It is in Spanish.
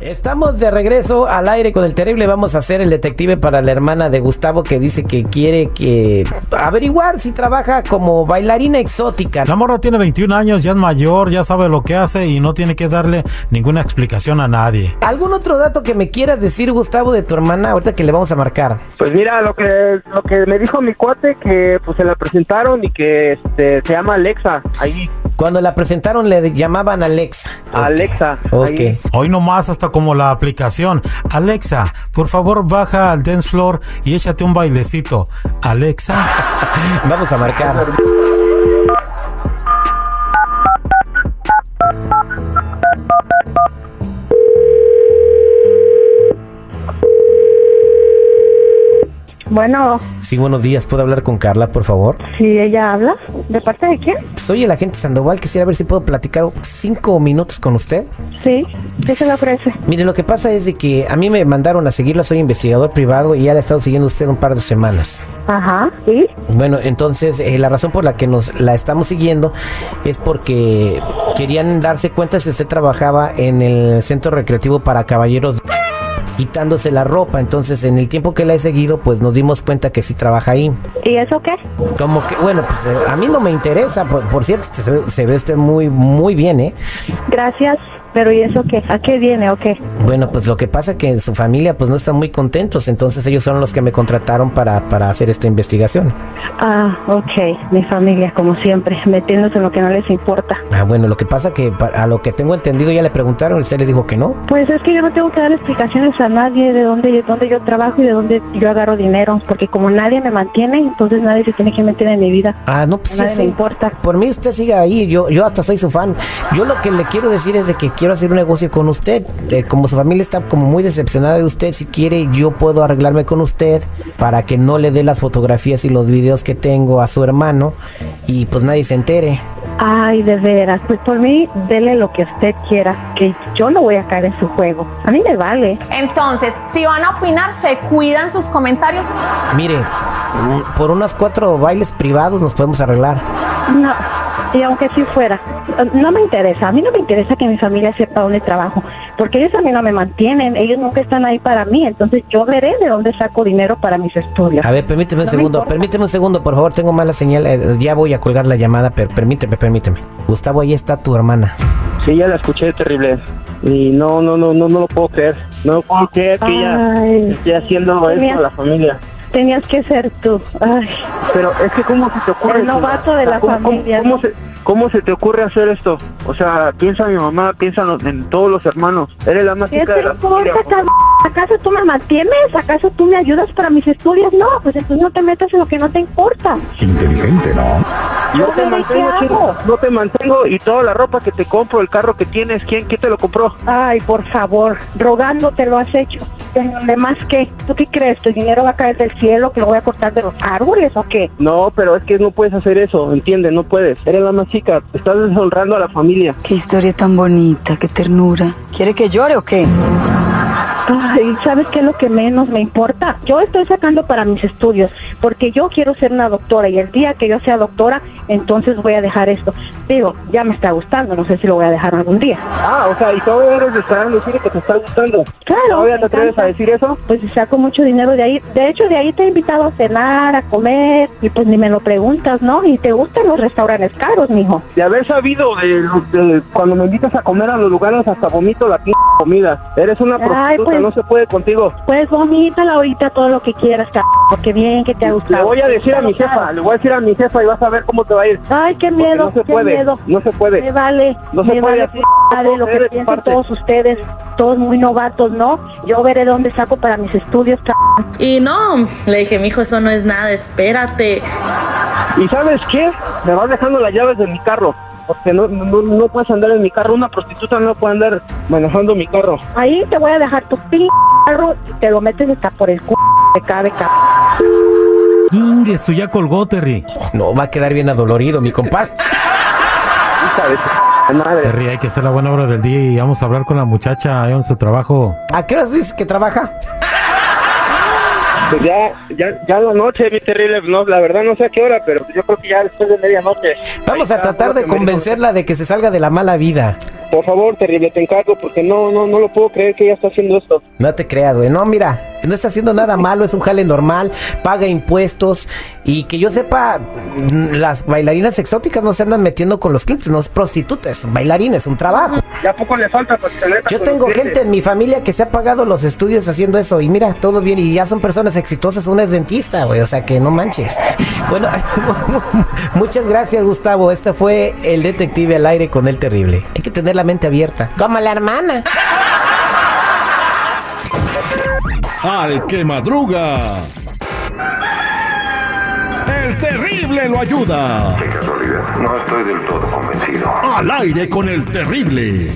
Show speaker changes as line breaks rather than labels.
Estamos de regreso al aire con el terrible. Vamos a hacer el detective para la hermana de Gustavo que dice que quiere que averiguar si trabaja como bailarina exótica.
La morra tiene 21 años, ya es mayor, ya sabe lo que hace y no tiene que darle ninguna explicación a nadie.
¿Algún otro dato que me quieras decir, Gustavo, de tu hermana ahorita que le vamos a marcar?
Pues mira, lo que lo que me dijo mi cuate que pues se la presentaron y que este, se llama Alexa. Ahí
Cuando la presentaron le llamaban Alexa.
Alexa.
Ok.
ahí.
Hoy nomás hasta como la aplicación. Alexa, por favor baja al dance floor y échate un bailecito. Alexa.
Vamos a marcar.
Bueno,
Sí, buenos días. ¿Puedo hablar con Carla, por favor?
si ella habla, ¿de parte de quién?
Soy el agente Sandoval. Quisiera ver si puedo platicar cinco minutos con usted.
Sí, ¿qué se le ofrece?
Mire, lo que pasa es de que a mí me mandaron a seguirla. Soy investigador privado y ya la he estado siguiendo a usted un par de semanas.
Ajá, ¿y?
Bueno, entonces eh, la razón por la que nos la estamos siguiendo es porque querían darse cuenta si usted trabajaba en el centro recreativo para caballeros quitándose la ropa. Entonces, en el tiempo que la he seguido, pues nos dimos cuenta que sí trabaja ahí.
¿Y eso qué?
Como que, bueno, pues eh, a mí no me interesa. Por, por cierto, se ve, se ve usted muy, muy bien, ¿eh?
Gracias, pero ¿y eso qué? ¿A qué viene o qué?
Bueno, pues lo que pasa es que en su familia, pues no están muy contentos. Entonces, ellos son los que me contrataron para, para hacer esta investigación.
Ah, ok, mi familia, como siempre, metiéndose en lo que no les importa.
Ah, bueno, lo que pasa que pa- a lo que tengo entendido ya le preguntaron y usted le dijo que no.
Pues es que yo no tengo que dar explicaciones a nadie de dónde, de dónde yo trabajo y de dónde yo agarro dinero, porque como nadie me mantiene, entonces nadie se tiene que meter en mi vida.
Ah, no, pues
A nadie
sí,
le
sí.
importa.
Por mí usted siga ahí, yo, yo hasta soy su fan. Yo lo que le quiero decir es de que quiero hacer un negocio con usted. Eh, como su familia está como muy decepcionada de usted, si quiere yo puedo arreglarme con usted para que no le dé las fotografías y los videos que tengo a su hermano y pues nadie se entere.
Ay, de veras, pues por mí, dele lo que usted quiera, que yo no voy a caer en su juego. A mí me vale.
Entonces, si van a opinar, se cuidan sus comentarios.
Mire, mm, por unos cuatro bailes privados nos podemos arreglar.
No, y aunque sí fuera, no me interesa. A mí no me interesa que mi familia sepa dónde trabajo, porque ellos a mí no me mantienen, ellos nunca están ahí para mí, entonces yo veré de dónde saco dinero para mis estudios.
A ver, permíteme un
No me
segundo,
importa.
permíteme un segundo, por favor, tengo mala señal, eh, ya voy a colgar la llamada, pero permíteme, permíteme. Gustavo, ahí está tu hermana.
Sí, ya la escuché terrible. Y no, no, no, no, no lo puedo creer. No lo puedo creer que ella
Ay,
esté haciendo
Mira.
esto a la familia.
tenías que ser tú. Ay,
Pero es que cómo se te ocurre.
El novato de la
¿Cómo- cómo-
familia,
Cómo,
¿no?
se, cómo se te ocurre hacer esto? O sea, piensa en mi mamá, piensa en, en todos los hermanos. Eres la más
¿qué
chica
te
de la familia.
importa, cabrón? ¿Acaso tú me mantienes? ¿Acaso tú me ayudas para mis estudios? No, pues entonces no te metas en lo que no te importa.
Inteligente, ¿no?
Yo
Yo
te
veré
mantengo,
qué
chico,
hago.
yo te mantengo y toda la ropa que te compro, el carro que tienes, ¿quién, quién te lo compró?
Ay, por favor, rogándote lo has hecho. Además, ¿qué? ¿Tú qué crees? ¿Que el dinero va a caer del cielo? ¿Que lo voy a cortar de los árboles o qué?
No, pero es que no puedes hacer eso, entiende, no puedes. Eres la más chica, estás deshonrando a la familia.
Qué historia tan bonita, qué ternura. ¿Quiere que llore o qué?
Ay, ¿sabes qué es lo que menos me importa? Yo estoy sacando para mis estudios porque yo quiero ser una doctora y el día que yo sea doctora, entonces voy a dejar esto. Digo, ya me está gustando, no sé si lo voy a dejar algún día.
Ah, o sea, y todavía eres descarado decir que te está gustando.
Claro,
¿Todavía
me
te atreves a
encanta.
decir eso?
Pues saco mucho dinero de ahí. De hecho, de ahí te he invitado a cenar, a comer, y pues ni me lo preguntas, ¿no? Y te gustan los restaurantes caros, mijo.
De haber sabido de, de- cuando me invitas a comer a los lugares hasta vomito la p comida. Eres una
Ay,
prostituta,
pues.
no se puede contigo.
Pues vomítala ahorita todo lo que quieras, c porque bien que te ha gustado.
Le voy a decir a mi jefa, le voy a decir a mi jefa y vas a ver cómo te va a ir.
Ay, qué
Porque
miedo,
no se
qué
puede,
miedo.
no se puede.
Me vale,
No se
me
puede
vale
así,
p- madre lo
eres
que
de
piensan
parte.
todos ustedes, todos muy novatos, ¿no? Yo veré dónde saco para mis estudios, c
Y no, le dije, mijo, eso no es nada, espérate.
¿Y sabes qué? Me vas dejando las llaves de mi carro. Porque no, no, no puedes andar en mi carro. Una prostituta no puede andar manejando mi carro.
Ahí te voy a dejar tu pin carro y te lo metes hasta por el c te cabe, c
Ingesu, ya colgó Terry.
No, va a quedar bien adolorido, mi compadre.
Hija de su madre.
Terry, hay que hacer la buena obra del día y vamos a hablar con la muchacha ahí en su trabajo.
¿A qué horas dice que trabaja?
Pues ya, ya, ya la noche, mi terrible. No, la verdad no sé a qué hora, pero yo creo que ya después de medianoche.
Vamos
Ahí
a
está,
tratar de
todo lo que me dijo.
convencerla de que se salga de la mala vida.
Por favor, terrible, te encargo porque no, no, no lo puedo creer que ella está haciendo esto.
No te creas, güey. No, mira, no está haciendo nada malo, es un jale normal, paga impuestos y que yo sepa, mm, las bailarinas exóticas no se andan metiendo con los clientes, no es prostitutas, bailarines, es un trabajo.
Ya poco le falta para que se meta
Yo
con los
tengo
clientes.
gente en mi familia que se ha pagado los estudios haciendo eso y mira, todo bien y ya son personas exitosas, una es dentista, güey, o sea que no manches. Bueno, muchas gracias Gustavo, este fue el detective al aire con el terrible. Hay que tener la mente abierta. Como la hermana.
Al que madruga. El terrible lo ayuda.
De casualidad, no estoy del todo convencido.
Al aire con el terrible.